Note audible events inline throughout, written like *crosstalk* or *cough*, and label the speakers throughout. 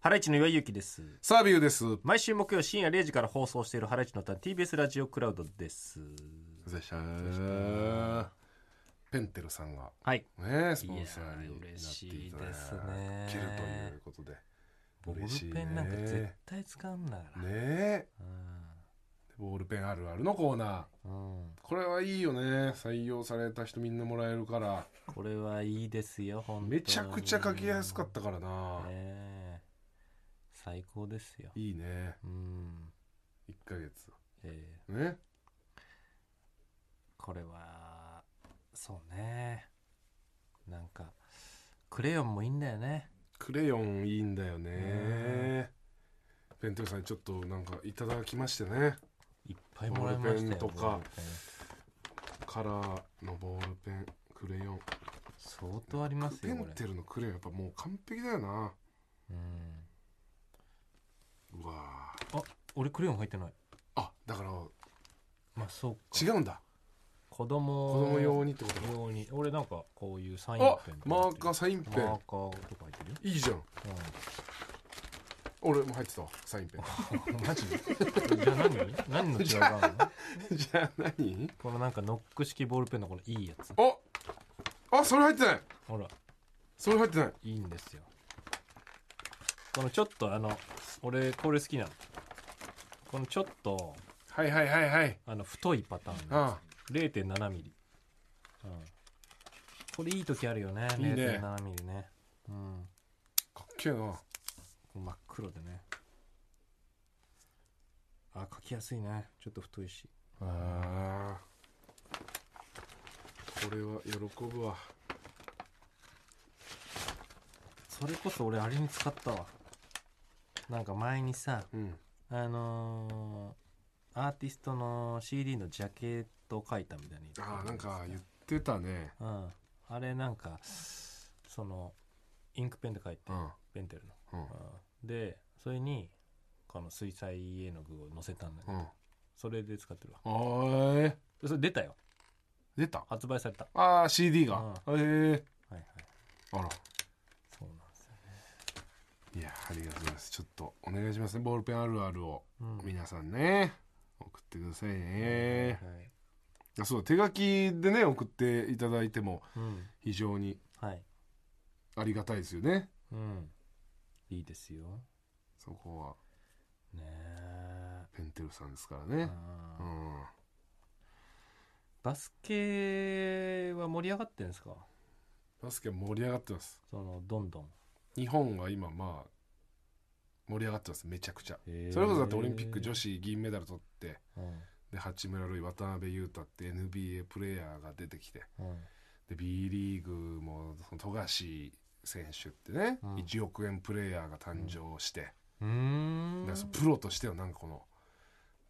Speaker 1: ハライチの岩井ゆきです。
Speaker 2: サービューです。お疲
Speaker 1: 毎週木曜深夜0時から放送しているハライチのターン TBS ラジオクラウドです。
Speaker 2: れ様でした。ペンテルさんが、
Speaker 1: はい。
Speaker 2: ね、スポンサーになっ
Speaker 1: いやー
Speaker 2: ていただ
Speaker 1: 嬉しいです
Speaker 2: ける
Speaker 1: ね
Speaker 2: ということで。
Speaker 1: ボー
Speaker 2: 嬉しい
Speaker 1: ル
Speaker 2: ね
Speaker 1: ペンなんか絶対使うんだから。
Speaker 2: ね
Speaker 1: うん
Speaker 2: ボールペンあるあるのコーナー。
Speaker 1: うん、
Speaker 2: これはいいよね。採用された人みんなもらえるから。
Speaker 1: これはいいですよ、本当に
Speaker 2: めちゃくちゃ書きやすかったからな。
Speaker 1: ねえ最高ですよ。
Speaker 2: いいね。
Speaker 1: うん。
Speaker 2: 1ヶ月。
Speaker 1: ええ
Speaker 2: ね。
Speaker 1: これは、そうね。なんか、クレヨンもいいんだよね。
Speaker 2: クレヨンいいんだよね。ペンテルさんにちょっとなんかいただきましてね。
Speaker 1: いっぱいもらいましたよ。
Speaker 2: ボールペンとか
Speaker 1: ボールペン
Speaker 2: カラーのボールペン、クレヨン。
Speaker 1: 相当あります
Speaker 2: ペ
Speaker 1: よ、
Speaker 2: ン
Speaker 1: これ
Speaker 2: テ。ルのクレヨンやっぱもう完璧だよな
Speaker 1: うん。
Speaker 2: うわー
Speaker 1: あ俺クレヨン入ってない
Speaker 2: あだから
Speaker 1: まあそう
Speaker 2: 違
Speaker 1: か
Speaker 2: うんだ
Speaker 1: 子供
Speaker 2: 子供用にってこと
Speaker 1: 用に俺なんかこういうサイン
Speaker 2: あ
Speaker 1: ペンとか
Speaker 2: マ
Speaker 1: 入っ
Speaker 2: ー
Speaker 1: て
Speaker 2: カー
Speaker 1: る
Speaker 2: サインペ
Speaker 1: マー
Speaker 2: ン
Speaker 1: カーとか入ってるよ、
Speaker 2: いいじゃん俺も入ってたわサインペ
Speaker 1: うん、マジ *laughs* でじゃあ何何の違いがあるの
Speaker 2: ン *laughs* じゃあ何
Speaker 1: このなんかノック式ボールペンのこのいいやつ
Speaker 2: ああそれ入ってない
Speaker 1: ほら
Speaker 2: それ入ってない
Speaker 1: いいんですよこのちょっとあの俺これ好きなのこのちょっと
Speaker 2: はいはいはいはい
Speaker 1: あの太いパターンのや
Speaker 2: あ
Speaker 1: つ0.7ミリ、うん、これいい時あるよね
Speaker 2: いいね
Speaker 1: 0.7ミリねうん
Speaker 2: あかっけえな
Speaker 1: 真っ黒でねあ書きやすいねちょっと太いし
Speaker 2: あーこれは喜ぶわ
Speaker 1: それこそ俺あれに使ったわなんか前にさ
Speaker 2: うん
Speaker 1: あのーアーティストの CD のジャケットを書いたみたいに
Speaker 2: あーなんか言ってたね
Speaker 1: うんあれなんかそのインクペンで書いて
Speaker 2: うん
Speaker 1: ペンテルの、
Speaker 2: うん
Speaker 1: うんでそれにこの水彩絵の具を乗せたんだけ
Speaker 2: う
Speaker 1: ど
Speaker 2: ん
Speaker 1: それで使ってるわ
Speaker 2: おーい
Speaker 1: それ出たよ
Speaker 2: 出た
Speaker 1: 発売されたは
Speaker 2: ああ CD がえ
Speaker 1: い
Speaker 2: え
Speaker 1: はいそ
Speaker 2: あら
Speaker 1: うなんですよね
Speaker 2: いやありがとうございますちょっとお願いしますねボールペンあるあるを
Speaker 1: うん
Speaker 2: 皆さんね送ってくださいね
Speaker 1: はい
Speaker 2: あそうだ手書きでね送っていただいても
Speaker 1: うん
Speaker 2: 非常に
Speaker 1: はい
Speaker 2: ありがたいですよね
Speaker 1: うんいいですよ
Speaker 2: そこは
Speaker 1: ねえ
Speaker 2: ペンテルさんですからね
Speaker 1: あ
Speaker 2: う
Speaker 1: ー
Speaker 2: ん
Speaker 1: バスケは盛り上がってるんですか
Speaker 2: バスケ盛り上がってます
Speaker 1: そのどんどん
Speaker 2: 日本は今まあ盛り上がってますめちゃくちゃそれこそだってオリンピック女、子銀メダル取って
Speaker 1: うん
Speaker 2: で八村塁渡辺裕太って NBA プレーヤーが出てきて
Speaker 1: うん
Speaker 2: で B リーグもその富樫選手ってね、
Speaker 1: うん
Speaker 2: 1億円プレーヤーが誕生して、
Speaker 1: うーん
Speaker 2: だからそのプロとしてはなんかこの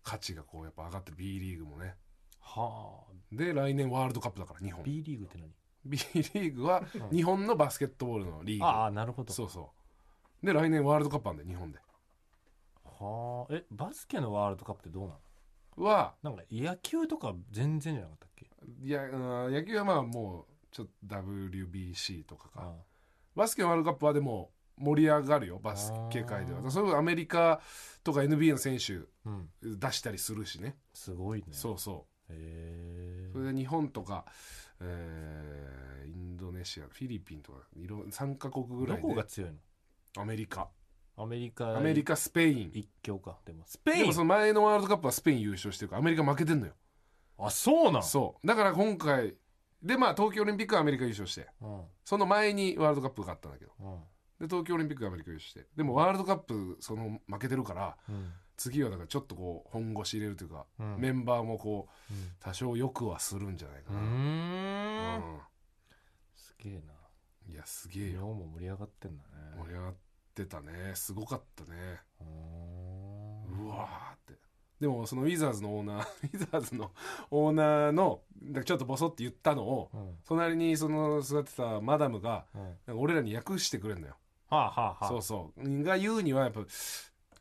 Speaker 2: 価値がこうやっぱ上がってる B リーグもね
Speaker 1: は
Speaker 2: で来年ワールドカップだから日
Speaker 1: あ
Speaker 2: 本 B,
Speaker 1: B リーグって何
Speaker 2: リーグは
Speaker 1: うん
Speaker 2: 日本のバスケットボールのリーグ、
Speaker 1: ああなるほど
Speaker 2: そうそうで来年ワールドカップなんで日本で
Speaker 1: はあえバスケのワールドカップってどうなの
Speaker 2: は
Speaker 1: なんか野球とか全然じゃなかったっけ
Speaker 2: いやうん野球はまあもうちょっと WBC とかか、
Speaker 1: あ
Speaker 2: バスケのワールドカップはでも盛り上がるよバスケ界では
Speaker 1: あー
Speaker 2: だからそれこそアメリカとか NBA の選手
Speaker 1: ーうん
Speaker 2: 出したりするしね
Speaker 1: すごいね
Speaker 2: そうそ
Speaker 1: へ
Speaker 2: う
Speaker 1: え
Speaker 2: それで日本とか、えーインドネシアフィリピンとかいろ3カ国ぐら
Speaker 1: ど
Speaker 2: い
Speaker 1: こ
Speaker 2: で
Speaker 1: が強いの
Speaker 2: アメリカ
Speaker 1: アメリカ
Speaker 2: アメリカスペイン
Speaker 1: 一強かでもスペイン
Speaker 2: でもその前のワールドカップはスペイン優勝してるからアメリカ負けてんのよ
Speaker 1: あそうなん
Speaker 2: そうだから今回でまあ東京オリンピックはアメリカ優勝して
Speaker 1: うん
Speaker 2: その前にワールドカップがあったんだけど
Speaker 1: うん
Speaker 2: で東京オリンピックはアメリカ優勝してでもワールドカップその負けてるから
Speaker 1: うん
Speaker 2: 次はだからちょっとこう本腰入れるというか、
Speaker 1: うん
Speaker 2: メンバーもこう
Speaker 1: うん
Speaker 2: 多少よくはするんじゃないか
Speaker 1: う
Speaker 2: な、
Speaker 1: ーん
Speaker 2: うん
Speaker 1: すげえない
Speaker 2: やすげえ
Speaker 1: 日
Speaker 2: よ
Speaker 1: 本も盛り上がってんだ
Speaker 2: 盛
Speaker 1: ね
Speaker 2: り上がってたねすごかったね
Speaker 1: うーん
Speaker 2: うわーってでもそのウィザーズのオーナー *laughs* ウィザーズのオーナーのなんかちょっとボソって言ったのを
Speaker 1: うん
Speaker 2: 隣にその座ってたマダムが
Speaker 1: うんは
Speaker 2: なんか俺らに訳してくれんのよ
Speaker 1: あはあはあ
Speaker 2: そうそうが言うにはやっぱ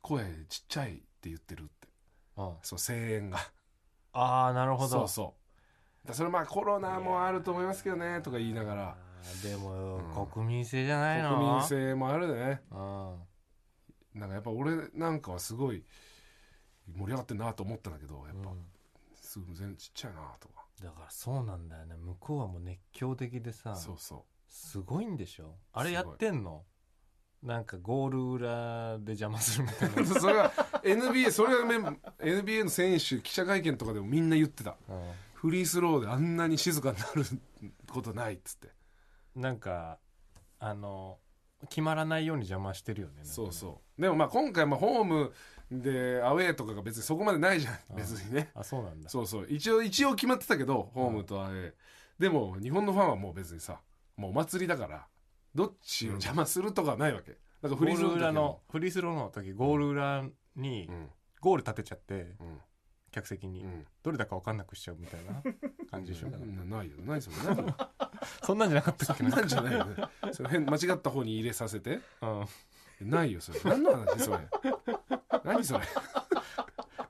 Speaker 2: 声ちっちゃいって言ってるって
Speaker 1: うん
Speaker 2: そう声援が
Speaker 1: ああなるほど
Speaker 2: そうそうだそれまあコロナもあると思いますけどねとか言いなが
Speaker 1: あーでも
Speaker 2: うん
Speaker 1: 国民性じゃない
Speaker 2: ら
Speaker 1: の
Speaker 2: 国民性もあるね
Speaker 1: うん
Speaker 2: からやっぱ俺なんかはすごい盛り上がってんなと思ったんだけどやっぱ
Speaker 1: うん
Speaker 2: すぐ全然ちっちゃいなとか、
Speaker 1: だからそうなんだよね向こうはもう熱狂的でさ
Speaker 2: そう *laughs* そ
Speaker 1: すごいんでしょあれやってんのなんかゴール裏で邪魔するみたいな
Speaker 2: うそれは NBA それはめ NBA の選手記者会見とかでもみんな言ってたフリースローであんなに静かになることないっつって
Speaker 1: なんかあの決まらないように邪魔してるよねなんかね
Speaker 2: そうそうでもまあ今回まあホームでアウェーとかが別にそこまでないじゃん
Speaker 1: うん
Speaker 2: 別にね
Speaker 1: あそうなんだ
Speaker 2: そうそう一応一応決まってたけどホームとアウェー、でも日本のファンはもう別にさもうお祭りだからどっちを邪魔するとかはないわけだから
Speaker 1: ゴ
Speaker 2: フリー
Speaker 1: ー
Speaker 2: スロ
Speaker 1: ル
Speaker 2: ー
Speaker 1: 裏
Speaker 2: 時
Speaker 1: の
Speaker 2: も
Speaker 1: フリースローの時ゴール裏に
Speaker 2: うん
Speaker 1: ゴール立てちゃって
Speaker 2: うん
Speaker 1: 客席に
Speaker 2: うん
Speaker 1: どれだか分かんなくしちゃうみたいな
Speaker 2: *laughs*
Speaker 1: 感じでしょだから
Speaker 2: うんなないよないですもんね
Speaker 1: そんなんじゃなかったっけ
Speaker 2: そん *laughs* なんじゃないよねそれ変間違った方に入れさせて
Speaker 1: うん
Speaker 2: ないよそれ何の話それ何それ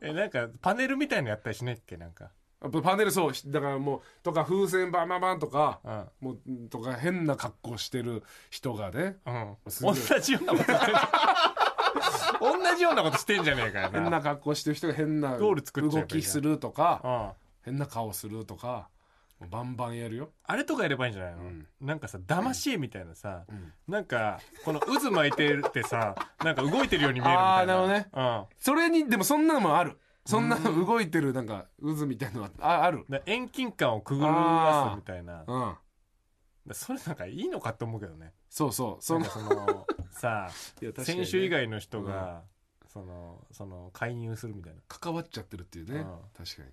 Speaker 1: えなんかパネルみたいなのやったりしないっけなんか
Speaker 2: やっぱパネルそうだからもうとか風船バンバンバンとか
Speaker 1: うん
Speaker 2: もうとか変な格好してる人がね
Speaker 1: うん
Speaker 2: すご
Speaker 1: 同
Speaker 2: い
Speaker 1: じようなことしてん同じようなことしてんじゃねえかよ
Speaker 2: 変
Speaker 1: な
Speaker 2: な格好してる人が変な
Speaker 1: ゴール作っちゃえばいいじゃん
Speaker 2: 動きするとか
Speaker 1: うん
Speaker 2: 変な顔するとかもうバンバンやるよ、
Speaker 1: あれとかやればいいんじゃないの、
Speaker 2: うん
Speaker 1: なんかさ騙し絵みたいなさ、
Speaker 2: うん
Speaker 1: なんかこの渦巻いてるってさなんか動いてるように見えるみ
Speaker 2: あ
Speaker 1: た
Speaker 2: ー
Speaker 1: いな
Speaker 2: なるほどねそれにでもそんなのもあるそんなの動いてるなんか渦みたいなのはあある
Speaker 1: うん、だから遠近感をくぐらすみたいなだか
Speaker 2: うん
Speaker 1: らそれなんかいいのかって思うけどね
Speaker 2: そうそうそ
Speaker 1: なん
Speaker 2: の
Speaker 1: かそのさ
Speaker 2: いや *laughs* 確かに
Speaker 1: 選
Speaker 2: ね
Speaker 1: 手以外の人が、そのその介入するみたいな、
Speaker 2: 関わっちゃってるっていう
Speaker 1: う
Speaker 2: ね、
Speaker 1: ん
Speaker 2: 確かに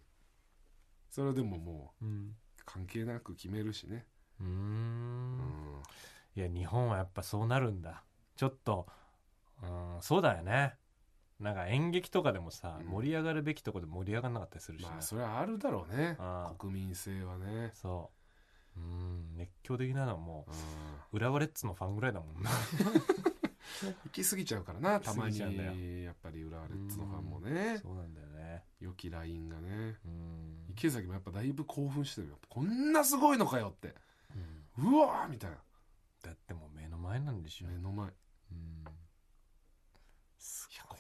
Speaker 2: それでもも
Speaker 1: うん
Speaker 2: う関係なく決めるしね、
Speaker 1: うー
Speaker 2: うんん
Speaker 1: いや日本はやっぱそうなるんだちょっとうんそうだよねなんか演劇とかでもさ、
Speaker 2: うん
Speaker 1: 盛り上がるべきとこで盛り上がんなかったりするしね、
Speaker 2: まあそれはあるだろうね
Speaker 1: うん
Speaker 2: 国民性はね
Speaker 1: そう。うん、熱狂的なのはも *laughs*
Speaker 2: うん
Speaker 1: う、浦和レッズのファンぐらいだもんな。
Speaker 2: 行き過ぎちゃうからなたま
Speaker 1: 行き
Speaker 2: に
Speaker 1: 過ぎちゃうん
Speaker 2: やっぱり浦和レッズのファンもね
Speaker 1: そうなんだよね。
Speaker 2: 良きラインがね
Speaker 1: うん。
Speaker 2: 池崎もやっぱだいぶ興奮してるよこんなすごいのかよってうわーみたいな
Speaker 1: だってもう目の前なんでしょ。
Speaker 2: 目の前
Speaker 1: うん。すごい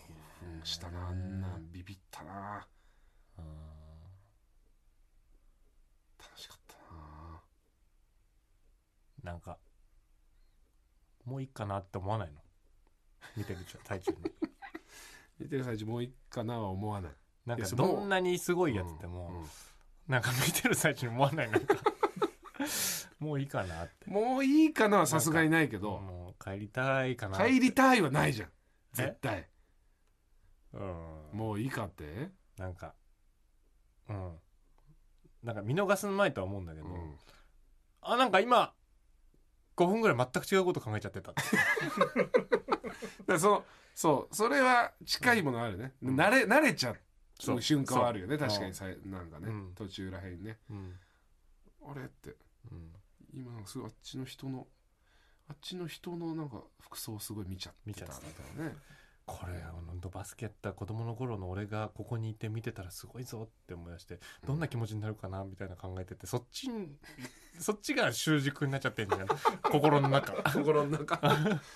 Speaker 1: ね。
Speaker 2: うんしたなあんなんビビったな
Speaker 1: うん
Speaker 2: 楽しかったな
Speaker 1: なんか、もういいかなって思わないの見てる最
Speaker 2: *laughs*
Speaker 1: 中に。
Speaker 2: 見てる最中もういいかなは思わない
Speaker 1: なん
Speaker 2: い
Speaker 1: か
Speaker 2: やその
Speaker 1: どんなにすごいやつで
Speaker 2: うん
Speaker 1: も
Speaker 2: うん、
Speaker 1: なんか見てる最中に思わないなんか *laughs* もういいかなって。
Speaker 2: もういいかなはさすがにないけど
Speaker 1: もう帰りたいかなって。
Speaker 2: 帰りたいはないじゃん絶対
Speaker 1: うん。
Speaker 2: もういいかって
Speaker 1: なんかうんなんか見逃す前とは思うんだけ
Speaker 2: う
Speaker 1: ど、
Speaker 2: ん
Speaker 1: あなんか今5分ぐらい全く違うこと考えちゃって
Speaker 2: *laughs*
Speaker 1: た
Speaker 2: だからそのそうそれは近いものあるね、
Speaker 1: うん
Speaker 2: 慣れ慣れちゃ
Speaker 1: そうう
Speaker 2: 瞬間はあるよね
Speaker 1: そう
Speaker 2: 確
Speaker 1: う
Speaker 2: かに
Speaker 1: ん
Speaker 2: さなんかね、
Speaker 1: うん
Speaker 2: 途中らへんね
Speaker 1: うん、
Speaker 2: あれって
Speaker 1: うん、
Speaker 2: 今なんかすごいあっちの人のあっちの人のなんか服装をすごい見ちゃってた
Speaker 1: 見
Speaker 2: み
Speaker 1: ち
Speaker 2: た
Speaker 1: ゃ
Speaker 2: い
Speaker 1: ってた
Speaker 2: なね
Speaker 1: これほんとバスケやった子供の頃の俺がここにいて見てたらすごいぞって思い出してどんな気持ちになるかなみたいな考えててそっちに *laughs* そっちが習熟になっちゃってんじゃん *laughs* 心の
Speaker 2: *laughs*
Speaker 1: 中
Speaker 2: 心の中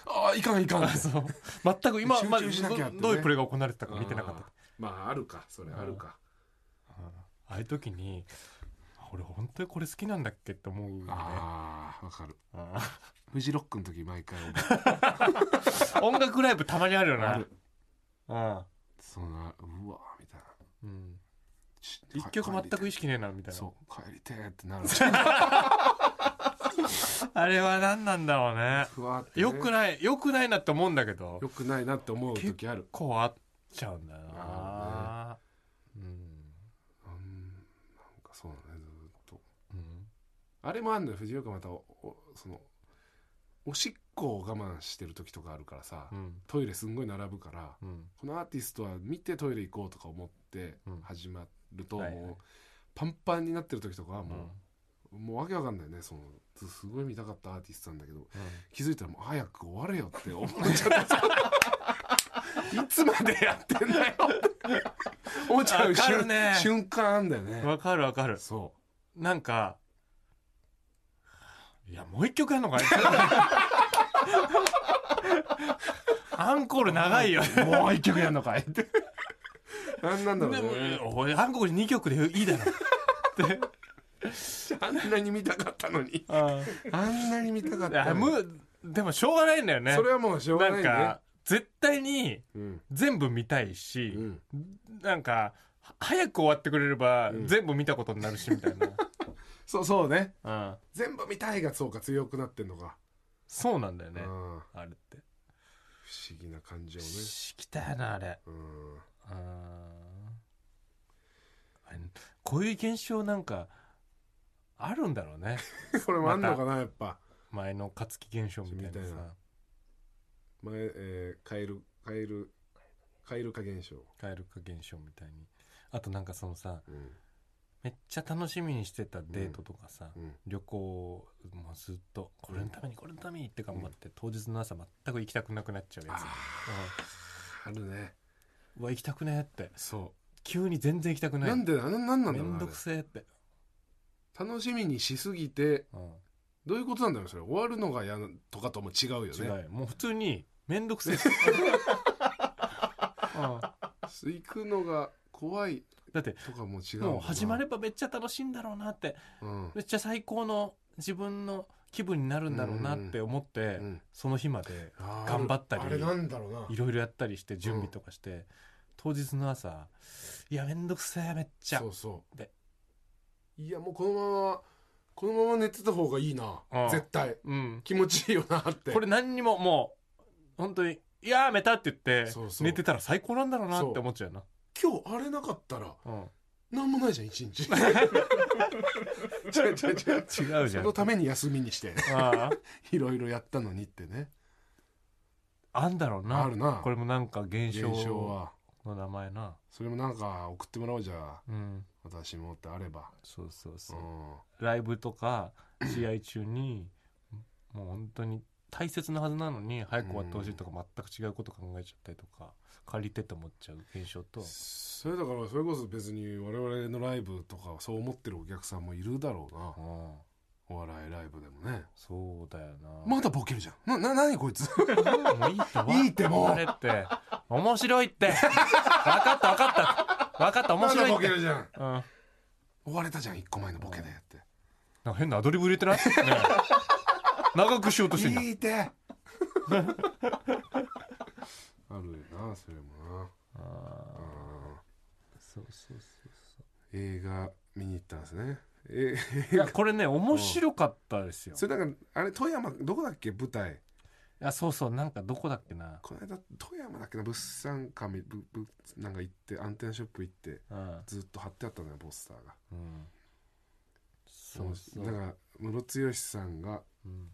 Speaker 2: ああいかんいか
Speaker 1: *laughs*
Speaker 2: ん
Speaker 1: あ
Speaker 2: って
Speaker 1: そう全く今
Speaker 2: 集中
Speaker 1: まあど
Speaker 2: しなきゃってね
Speaker 1: どういうプレーが行われてたか見てなかった
Speaker 2: まああるかそれあるか
Speaker 1: うんああいう時にあ俺本当にこれ好きなんだっけって思うよね
Speaker 2: ああわかる
Speaker 1: うん
Speaker 2: フジロックの時
Speaker 1: *laughs*
Speaker 2: 毎回思う
Speaker 1: 音楽ライブたまにあるよな。
Speaker 2: あるそのうわみたいな
Speaker 1: うん。
Speaker 2: し
Speaker 1: 一曲全く意識ねえな、みたいな。
Speaker 2: そう帰りてーってなる *laughs*
Speaker 1: あれは何なんだろうね。
Speaker 2: ふわーってね
Speaker 1: よくない、よくないなって思うんだけど、
Speaker 2: よくないなって思う時ある
Speaker 1: こうあっちゃうんだよな
Speaker 2: あ。
Speaker 1: うん。
Speaker 2: うんなんかそうだねずーっと
Speaker 1: うん
Speaker 2: あれもあるんだよ藤岡またおおそのおしっこを我慢してる時とかあるからさ、
Speaker 1: うん。
Speaker 2: トイレすんごい並ぶから
Speaker 1: うん。
Speaker 2: このアーティストは見てトイレ行こうとか思って
Speaker 1: うん
Speaker 2: 始まると、
Speaker 1: はいはい
Speaker 2: もうパンパンになってる時とかは
Speaker 1: うん
Speaker 2: もう、もうわけわかんないねそのすすごい見たかったアーティストなんだけど気づいたらもう早く終われよって思っちゃっていつまでやってんだよって思っちゃう
Speaker 1: わかる
Speaker 2: 瞬,、
Speaker 1: ね
Speaker 2: 瞬間あんだよ
Speaker 1: うん。
Speaker 2: ね
Speaker 1: *laughs* わかるわかる。
Speaker 2: そう
Speaker 1: なんか、いや、もう一曲やんのかい *laughs* アンコール長いよ。
Speaker 2: もう一曲やんのかいって何なんだろう
Speaker 1: で
Speaker 2: ね
Speaker 1: もおい韓国2曲でいいだろ。って。
Speaker 2: あんなに見たかったのにあんなに見たかっ
Speaker 1: いや
Speaker 2: たのに
Speaker 1: むでもしょうがないんだよね。
Speaker 2: それはもうしょうがな
Speaker 1: ないん
Speaker 2: ね
Speaker 1: か、絶対に
Speaker 2: うん
Speaker 1: 全部見たいし
Speaker 2: う、ん
Speaker 1: なんか、は早く終わってくれれば
Speaker 2: うん
Speaker 1: 全部見たことになるし、みた
Speaker 2: *laughs*
Speaker 1: い
Speaker 2: そうそうね
Speaker 1: な。うん。
Speaker 2: 全部見たいがそうか強くなってんのか
Speaker 1: そうなんだよ
Speaker 2: うん
Speaker 1: ね。
Speaker 2: 不思
Speaker 1: あれって。
Speaker 2: 議な感情ね
Speaker 1: きたよな、あれ。
Speaker 2: うん
Speaker 1: う
Speaker 2: *laughs*
Speaker 1: んあれこういう現象なんか、あるんだろう
Speaker 2: *laughs*
Speaker 1: ね。
Speaker 2: これもあんのかなやっぱ
Speaker 1: 前の勝木現象みたいな
Speaker 2: みたい
Speaker 1: さ
Speaker 2: な。前えーカエルカエルカエル化現象
Speaker 1: 蛙化現象みたいに。あとなんかそのさ、
Speaker 2: うん
Speaker 1: めっちゃ楽しみにしてたデートとかさ、
Speaker 2: うん
Speaker 1: 旅行もうずっとこれのためにこれのためにって頑張って、当日の朝全く行きたくなくなっちゃうやつ、
Speaker 2: ああるね
Speaker 1: うんうわ行きたくねえって
Speaker 2: そ
Speaker 1: 急に全然行きたく
Speaker 2: う
Speaker 1: ない
Speaker 2: なんでななんなんだ
Speaker 1: め
Speaker 2: ろうんなあ
Speaker 1: ど
Speaker 2: れ
Speaker 1: くせえって、
Speaker 2: 楽しみにしすぎて
Speaker 1: うん
Speaker 2: どういうことなんだろうそれ終わるのが嫌なとかとも違うよ
Speaker 1: 違う
Speaker 2: ね
Speaker 1: よもう普通にめんどくせえって
Speaker 2: *laughs*
Speaker 1: うん
Speaker 2: 行くのが怖い
Speaker 1: だって
Speaker 2: とかも違うのかな
Speaker 1: もう始まればめっちゃ楽しいんだろうなって
Speaker 2: うん
Speaker 1: めっちゃ最高の自分の気分になるんだろうなって思って、
Speaker 2: うん
Speaker 1: その日まで
Speaker 2: あー
Speaker 1: 頑張ったり
Speaker 2: あれなんだろうない
Speaker 1: ろいろやったりして準備とかして、当日の朝いやめんどくせえめっちゃ
Speaker 2: そうそう
Speaker 1: で
Speaker 2: いやもうこのままこのまま寝てた方がいいな
Speaker 1: うん
Speaker 2: 絶対
Speaker 1: うん
Speaker 2: 気持ちいいよなって
Speaker 1: これ何にももう本当に「いやーめた」って言って
Speaker 2: そうそう
Speaker 1: 寝てたら最高なんだろうなって思っちゃうな
Speaker 2: 今日あれなかったら
Speaker 1: う、ん、
Speaker 2: なんもないじゃん
Speaker 1: *laughs*
Speaker 2: 一日 *laughs* 違う違う違う
Speaker 1: 違うじ
Speaker 2: そ
Speaker 1: ゃん
Speaker 2: のために休みにして *laughs*
Speaker 1: あ
Speaker 2: いろいろやったのにってね
Speaker 1: ああんだろうな
Speaker 2: あるな
Speaker 1: これもなんか現
Speaker 2: 現
Speaker 1: 象
Speaker 2: 象は
Speaker 1: の名前な
Speaker 2: それもなんか送ってもらおうじゃあ
Speaker 1: うん
Speaker 2: 私もってあれば
Speaker 1: そうそうそうう、
Speaker 2: ん
Speaker 1: ライブとか試合中にもう本当に大切なはずなのに早く終わってほしいとか全く違うこと考えちゃったりとか借りてって思っちゃう現象と
Speaker 2: それだからそれこそ別に我々のライブとかはそう思ってるお客さんもいるだろうな
Speaker 1: うん
Speaker 2: お笑いライブでもね
Speaker 1: そうだよな。
Speaker 2: まだボケるじゃんなな何こいつ
Speaker 1: もういいって、
Speaker 2: いいってもう
Speaker 1: あれって、面白いって。分かった分かった。分かった面
Speaker 2: まだ
Speaker 1: 白い
Speaker 2: ボ
Speaker 1: って。
Speaker 2: ケ
Speaker 1: うん。
Speaker 2: るじゃん
Speaker 1: なん
Speaker 2: 終われたじゃん一個前のボケでって
Speaker 1: か変なアドリブ入れてないねえ長くしようとしてんだ。
Speaker 2: いいって *laughs* あるよなそれもな
Speaker 1: あ
Speaker 2: う
Speaker 1: ー
Speaker 2: ん
Speaker 1: そう *laughs* そうそう
Speaker 2: 映画見に行ったんですねえ
Speaker 1: そう。いや、これね、面白かったですよ。
Speaker 2: それなんかあれ富山どこだっけ舞
Speaker 1: い
Speaker 2: 台
Speaker 1: や、そうそう、なんかどこだっけな。
Speaker 2: この間富山だっけな物産館みぶぶなんか行ってアンテナショップ行って
Speaker 1: うん。
Speaker 2: ずっと貼ってあったのよポスターが
Speaker 1: うんそうそう
Speaker 2: だ。からムロツヨシさんが
Speaker 1: うん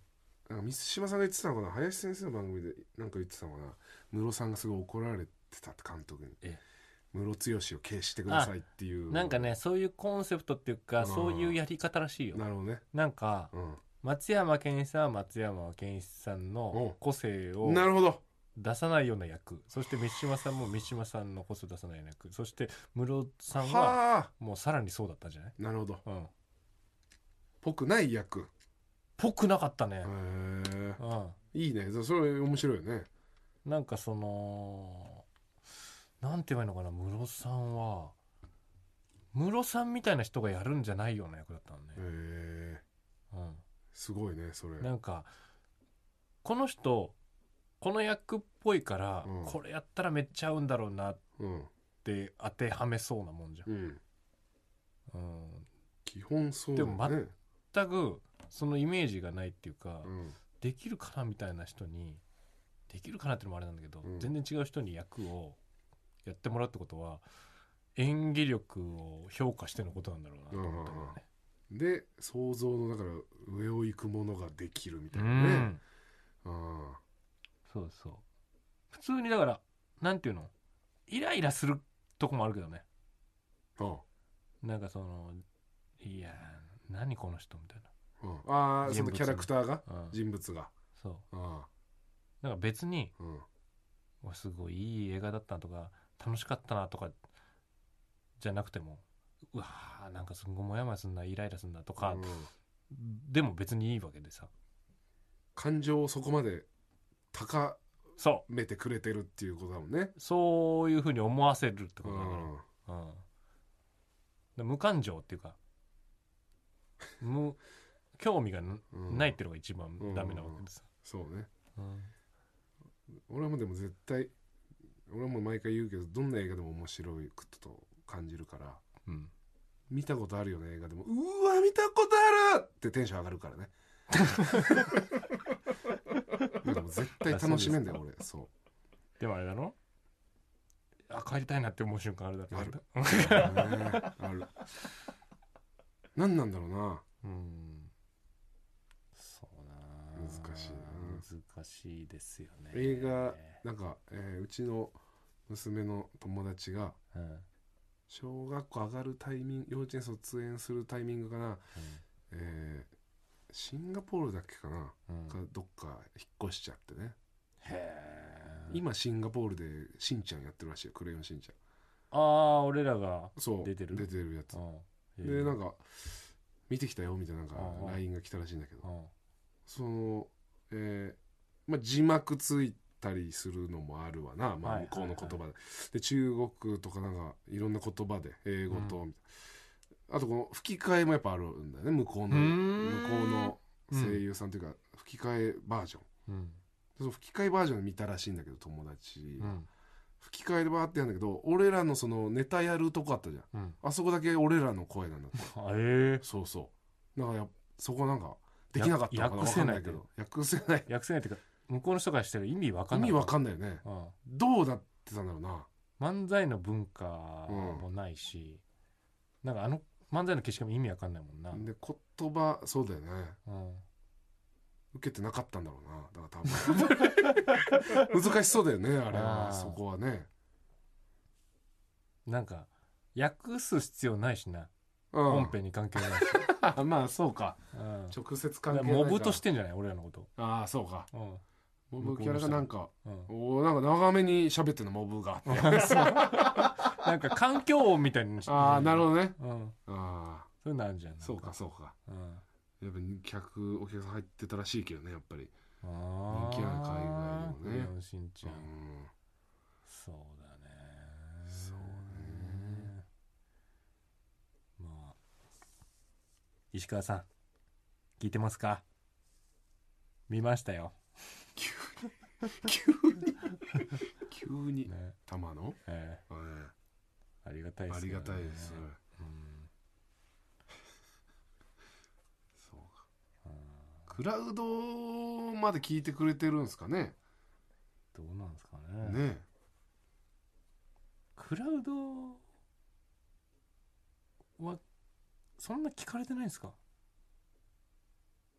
Speaker 2: なんか満島さんが言ってたのかな林先生の番組でなんか言ってたのかなムロさんがすごい怒られてたって監督に
Speaker 1: ええ
Speaker 2: ムロツヨシを消してくださいっていう
Speaker 1: なんかね、そういうコンセプトっていう
Speaker 2: う
Speaker 1: か、
Speaker 2: ん
Speaker 1: そういうやり方らしいよ。
Speaker 2: なるほどね
Speaker 1: なんか、
Speaker 2: う
Speaker 1: 松山ケンイチさんは松山ケンイチさんの個性を
Speaker 2: んなるほど
Speaker 1: 出さないような役そして三島さんも三島さんの個性を出さないような役そして室さんは
Speaker 2: はあ
Speaker 1: もうさらにそうだったんじゃない
Speaker 2: なるほど
Speaker 1: うん
Speaker 2: ぽくない役へ
Speaker 1: ぽくなかったね
Speaker 2: え
Speaker 1: うん
Speaker 2: いいねそそれ面白いよね
Speaker 1: なんかそのなんて言えばいいのかな室さんは室さんみたいな人がやるんじゃないような役だったの
Speaker 2: へ
Speaker 1: ね、
Speaker 2: え
Speaker 1: うん、
Speaker 2: すごいねそれ
Speaker 1: なんかこの人この役っぽいから、
Speaker 2: うん
Speaker 1: これやったらめっちゃ合うんだろうなっ
Speaker 2: うん
Speaker 1: って当てはめそうなもんじゃ
Speaker 2: うん
Speaker 1: ん、うん、
Speaker 2: 基本そうだよ
Speaker 1: でも
Speaker 2: ね
Speaker 1: 全くそのイメージがないっていうか、
Speaker 2: うん
Speaker 1: できるかなみたいな人にできるかなっていうのもあれなんだけど、
Speaker 2: うん
Speaker 1: 全然違う人に役をやってもらうってことは演技力を評価してのことなんだろうなと思ったけどね。
Speaker 2: で想像のだから上を行くものができるみた
Speaker 1: う
Speaker 2: いなね
Speaker 1: ん
Speaker 2: うん
Speaker 1: そうそう普通にだからなんていうのイライラするとこもあるけどね
Speaker 2: うん
Speaker 1: なんかそのいやー何この人みたい
Speaker 2: うんああそ
Speaker 1: 人物
Speaker 2: の
Speaker 1: ね
Speaker 2: キャラクターが
Speaker 1: な、うん、
Speaker 2: 人物が
Speaker 1: そう
Speaker 2: うん
Speaker 1: なんか別に
Speaker 2: うん
Speaker 1: わすごいいい映画だったなとか楽しかったなとかじゃなくてもうわーなんかすんごいモヤモヤすんなイライラすんなとか、
Speaker 2: うん
Speaker 1: でも別にいいわけでさ
Speaker 2: 感情をそこまで高
Speaker 1: そ
Speaker 2: めてくれてるっていうことだもんね。
Speaker 1: うそういうふうに思わせるって
Speaker 2: う
Speaker 1: ことだから、う
Speaker 2: ん。
Speaker 1: んで無感情っていうか無興味がな
Speaker 2: うん
Speaker 1: ないっていうのが一番ダメなわけです、
Speaker 2: そうね。
Speaker 1: うん
Speaker 2: 俺もでも絶対、俺も毎回言うけど、どんな映画でも面白いことと感じるから、
Speaker 1: うん
Speaker 2: 見たことあるよね映画でも、うわ、見たことあるってテンション上がるからね。でも絶対楽しめんだよ、俺。そう。
Speaker 1: でもあれだろあ帰りたいなって思う瞬間あるだろ
Speaker 2: あるある。何なんだろうな。
Speaker 1: うんそうなあ
Speaker 2: 難しい
Speaker 1: 難しいですよね
Speaker 2: 映画なんか、えーうちの娘の友達が
Speaker 1: うんうん
Speaker 2: 小学校上がるタイミング幼稚園卒園するタイミングかな、えーシンガポールだっけかな、
Speaker 1: うん
Speaker 2: かどっか引っ越しちゃってね、
Speaker 1: へえ
Speaker 2: 今シンガポールでしんちゃんやってるらしいよ「クレヨンしんちゃん
Speaker 1: ああ俺らが」
Speaker 2: そう
Speaker 1: 出てる
Speaker 2: 出てるやつ
Speaker 1: うん
Speaker 2: でなんか「見てきたよ」みたいななんか
Speaker 1: ああ
Speaker 2: LINE が来たらしいんだけど
Speaker 1: うん
Speaker 2: そのえーまあ字幕ついたりするのもあるわな、まあ、
Speaker 1: はい
Speaker 2: 向こうの言葉で,、で中国とかなんかいろんな言葉で英語と、みたいなあとこの吹き替えもやっぱあるんだよね向こうの
Speaker 1: うーん
Speaker 2: 向こうの声優さんというか、吹き替えバージョン
Speaker 1: うん
Speaker 2: その吹き替えバージョン見たらしいんだけど友達、
Speaker 1: うん
Speaker 2: 吹き替えでバーってやるんだけど俺らのそのネタやるとこあったじゃん
Speaker 1: うん
Speaker 2: あそこだけ俺らの声なんだって
Speaker 1: あえ
Speaker 2: そうそうだからやそこなんかできなかったのかな
Speaker 1: や
Speaker 2: 分かんないけど訳せない
Speaker 1: え訳せないっていうか向こうの人からしてる意味わか
Speaker 2: 意
Speaker 1: んない
Speaker 2: 味わかんないよね
Speaker 1: うん
Speaker 2: どうなってたんだろうな
Speaker 1: 漫才の文化もないし、なんかあの漫才の景色も意味わかんないもんな、
Speaker 2: で言葉そうだよね
Speaker 1: うん
Speaker 2: 受けてなかったんだろうなだから
Speaker 1: *laughs*
Speaker 2: 多分難しそうだよねあれは
Speaker 1: あー
Speaker 2: そこはね
Speaker 1: なんか訳す必要ないしな
Speaker 2: うん
Speaker 1: 本編に関係
Speaker 2: *laughs*
Speaker 1: ないし、
Speaker 2: あまあそうか
Speaker 1: うん、
Speaker 2: 直接
Speaker 1: だ
Speaker 2: 関
Speaker 1: か
Speaker 2: 係
Speaker 1: ら
Speaker 2: ないか
Speaker 1: モブとしてんじゃない俺らのこと、
Speaker 2: ああそうか *laughs*
Speaker 1: うん
Speaker 2: モブキャラがなんか
Speaker 1: うん、
Speaker 2: おおなんか長めに喋ってんのモブが
Speaker 1: なんか環境音みたいにして
Speaker 2: *laughs* ああなる
Speaker 1: ほ
Speaker 2: ほどね
Speaker 1: ど、うん、
Speaker 2: ああ
Speaker 1: そういうのあるじゃんなん
Speaker 2: そうかそうか
Speaker 1: うん、
Speaker 2: やっぱ客お客さん入ってたらしいけどねやっぱり
Speaker 1: あー
Speaker 2: 人気ある海外でもね
Speaker 1: クレヨンしんち
Speaker 2: う
Speaker 1: ゃん、 *laughs*
Speaker 2: ん
Speaker 1: そうだね
Speaker 2: そうね
Speaker 1: まあ石川さん聞いてますか見ましたよ、
Speaker 2: 急に *laughs* 急に
Speaker 1: ね
Speaker 2: 玉の
Speaker 1: え
Speaker 2: ええ
Speaker 1: えありがたいです
Speaker 2: あり
Speaker 1: けどね
Speaker 2: がたいです。
Speaker 1: うん
Speaker 2: そうか。クラウドまで聞いてくれてるんですかね。
Speaker 1: どうなんですかね
Speaker 2: ね。
Speaker 1: クラウドはそんな聞かれてないんですか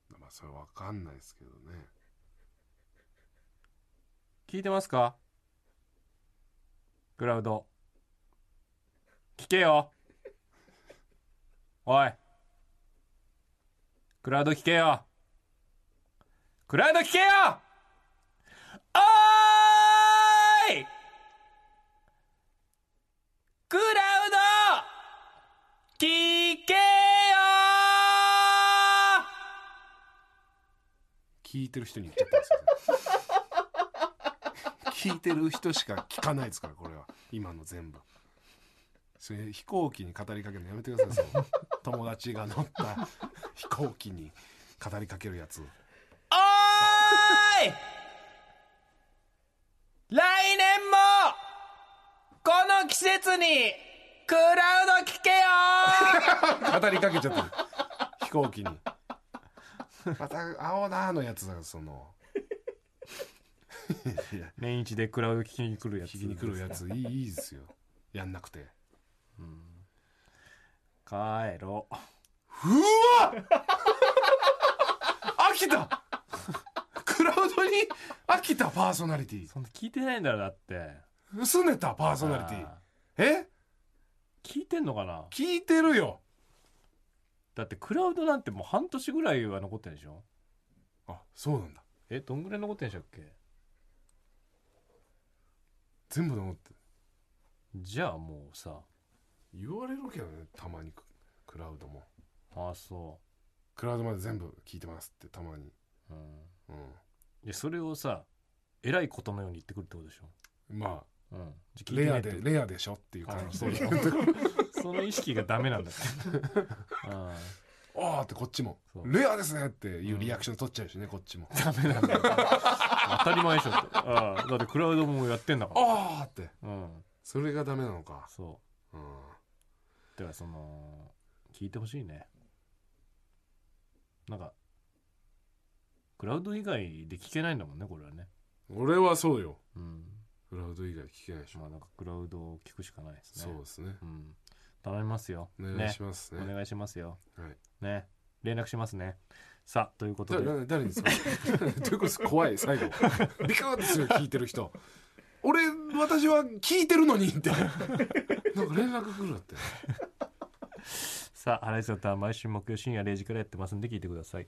Speaker 2: まあそれわかんないですけどね。
Speaker 1: 聞いてますかクラウド聞けよおいクラウド聞けよクラウド聞けよおーいクラウド聞けよ
Speaker 2: 聞いてる人に言っちゃったんですよ。聞いてる人しか聞かないですからこれは今の全部。それ飛行機に語りかけるのやめてください。その友達が乗った飛行機に語りかけるや
Speaker 1: *laughs*
Speaker 2: つ。
Speaker 1: おーい来年もこの季節にクラウド聞けよ
Speaker 2: 語りかけちゃってる飛行機にまた青だのやつだからそのいや
Speaker 1: 年一でクラウド聞きに来るやつ
Speaker 2: 聞きに来るやついいいいですよやんなくて
Speaker 1: 帰ろう
Speaker 2: うわ *laughs* 飽きたクラウドに飽きたパーソナリティ
Speaker 1: そんな聞いてないんだろだって
Speaker 2: 薄ねたパーソナリティ
Speaker 1: あ
Speaker 2: え
Speaker 1: ー聞いてんのかな
Speaker 2: 聞いてるよ
Speaker 1: だってクラウドなんてもう半年ぐらいは残ってんでしょ
Speaker 2: あそうなんだ
Speaker 1: えどんぐらい残ってんでしたっけ
Speaker 2: 全部残ってる
Speaker 1: じゃあもうさ
Speaker 2: 言われるけどねたまにククラウドも
Speaker 1: ああそ
Speaker 2: クラウドまで全部聞いてますってたまに
Speaker 1: ううん
Speaker 2: うん
Speaker 1: いやそれをさえらいことのように言ってくるってことでしょ、
Speaker 2: ま
Speaker 1: うん、じゃ
Speaker 2: あ
Speaker 1: 聞いて
Speaker 2: レ
Speaker 1: ない
Speaker 2: ア
Speaker 1: って
Speaker 2: でレアでしょっていう感じ
Speaker 1: あ
Speaker 2: で
Speaker 1: そうだ *laughs* その意識がダメなんだってうん
Speaker 2: *laughs* ああってこっちも
Speaker 1: そう
Speaker 2: レアですねっていうリアクション取っちゃうしねこっちも
Speaker 1: ダメなんだよ当たり前でしょってああだってクラウドもやってんだから
Speaker 2: ああって
Speaker 1: うん
Speaker 2: それがダメなのか
Speaker 1: そ
Speaker 2: うん
Speaker 1: うだからその聞いてほしいねなんかクラウド以外で聞けないんだもんねこれはね
Speaker 2: 俺はそうよ
Speaker 1: うん
Speaker 2: クラウド以外聞けないでしょ
Speaker 1: まあなんかクラウドを聞くしかないですね
Speaker 2: そうですね
Speaker 1: うん、頼みますよ
Speaker 2: お願いします
Speaker 1: ねお
Speaker 2: ね
Speaker 1: 願いしますよ
Speaker 2: はい
Speaker 1: ね連絡しますねさあということ
Speaker 2: 誰
Speaker 1: で
Speaker 2: 誰誰ですか *laughs* どういうことですか怖い
Speaker 1: *laughs*
Speaker 2: 最後ビカーってする聞いてる人俺私は聞いてるのにってなんか連絡来るって
Speaker 1: さあ「ハライチのターン」毎週木曜深夜0時からやってますんで聞いてください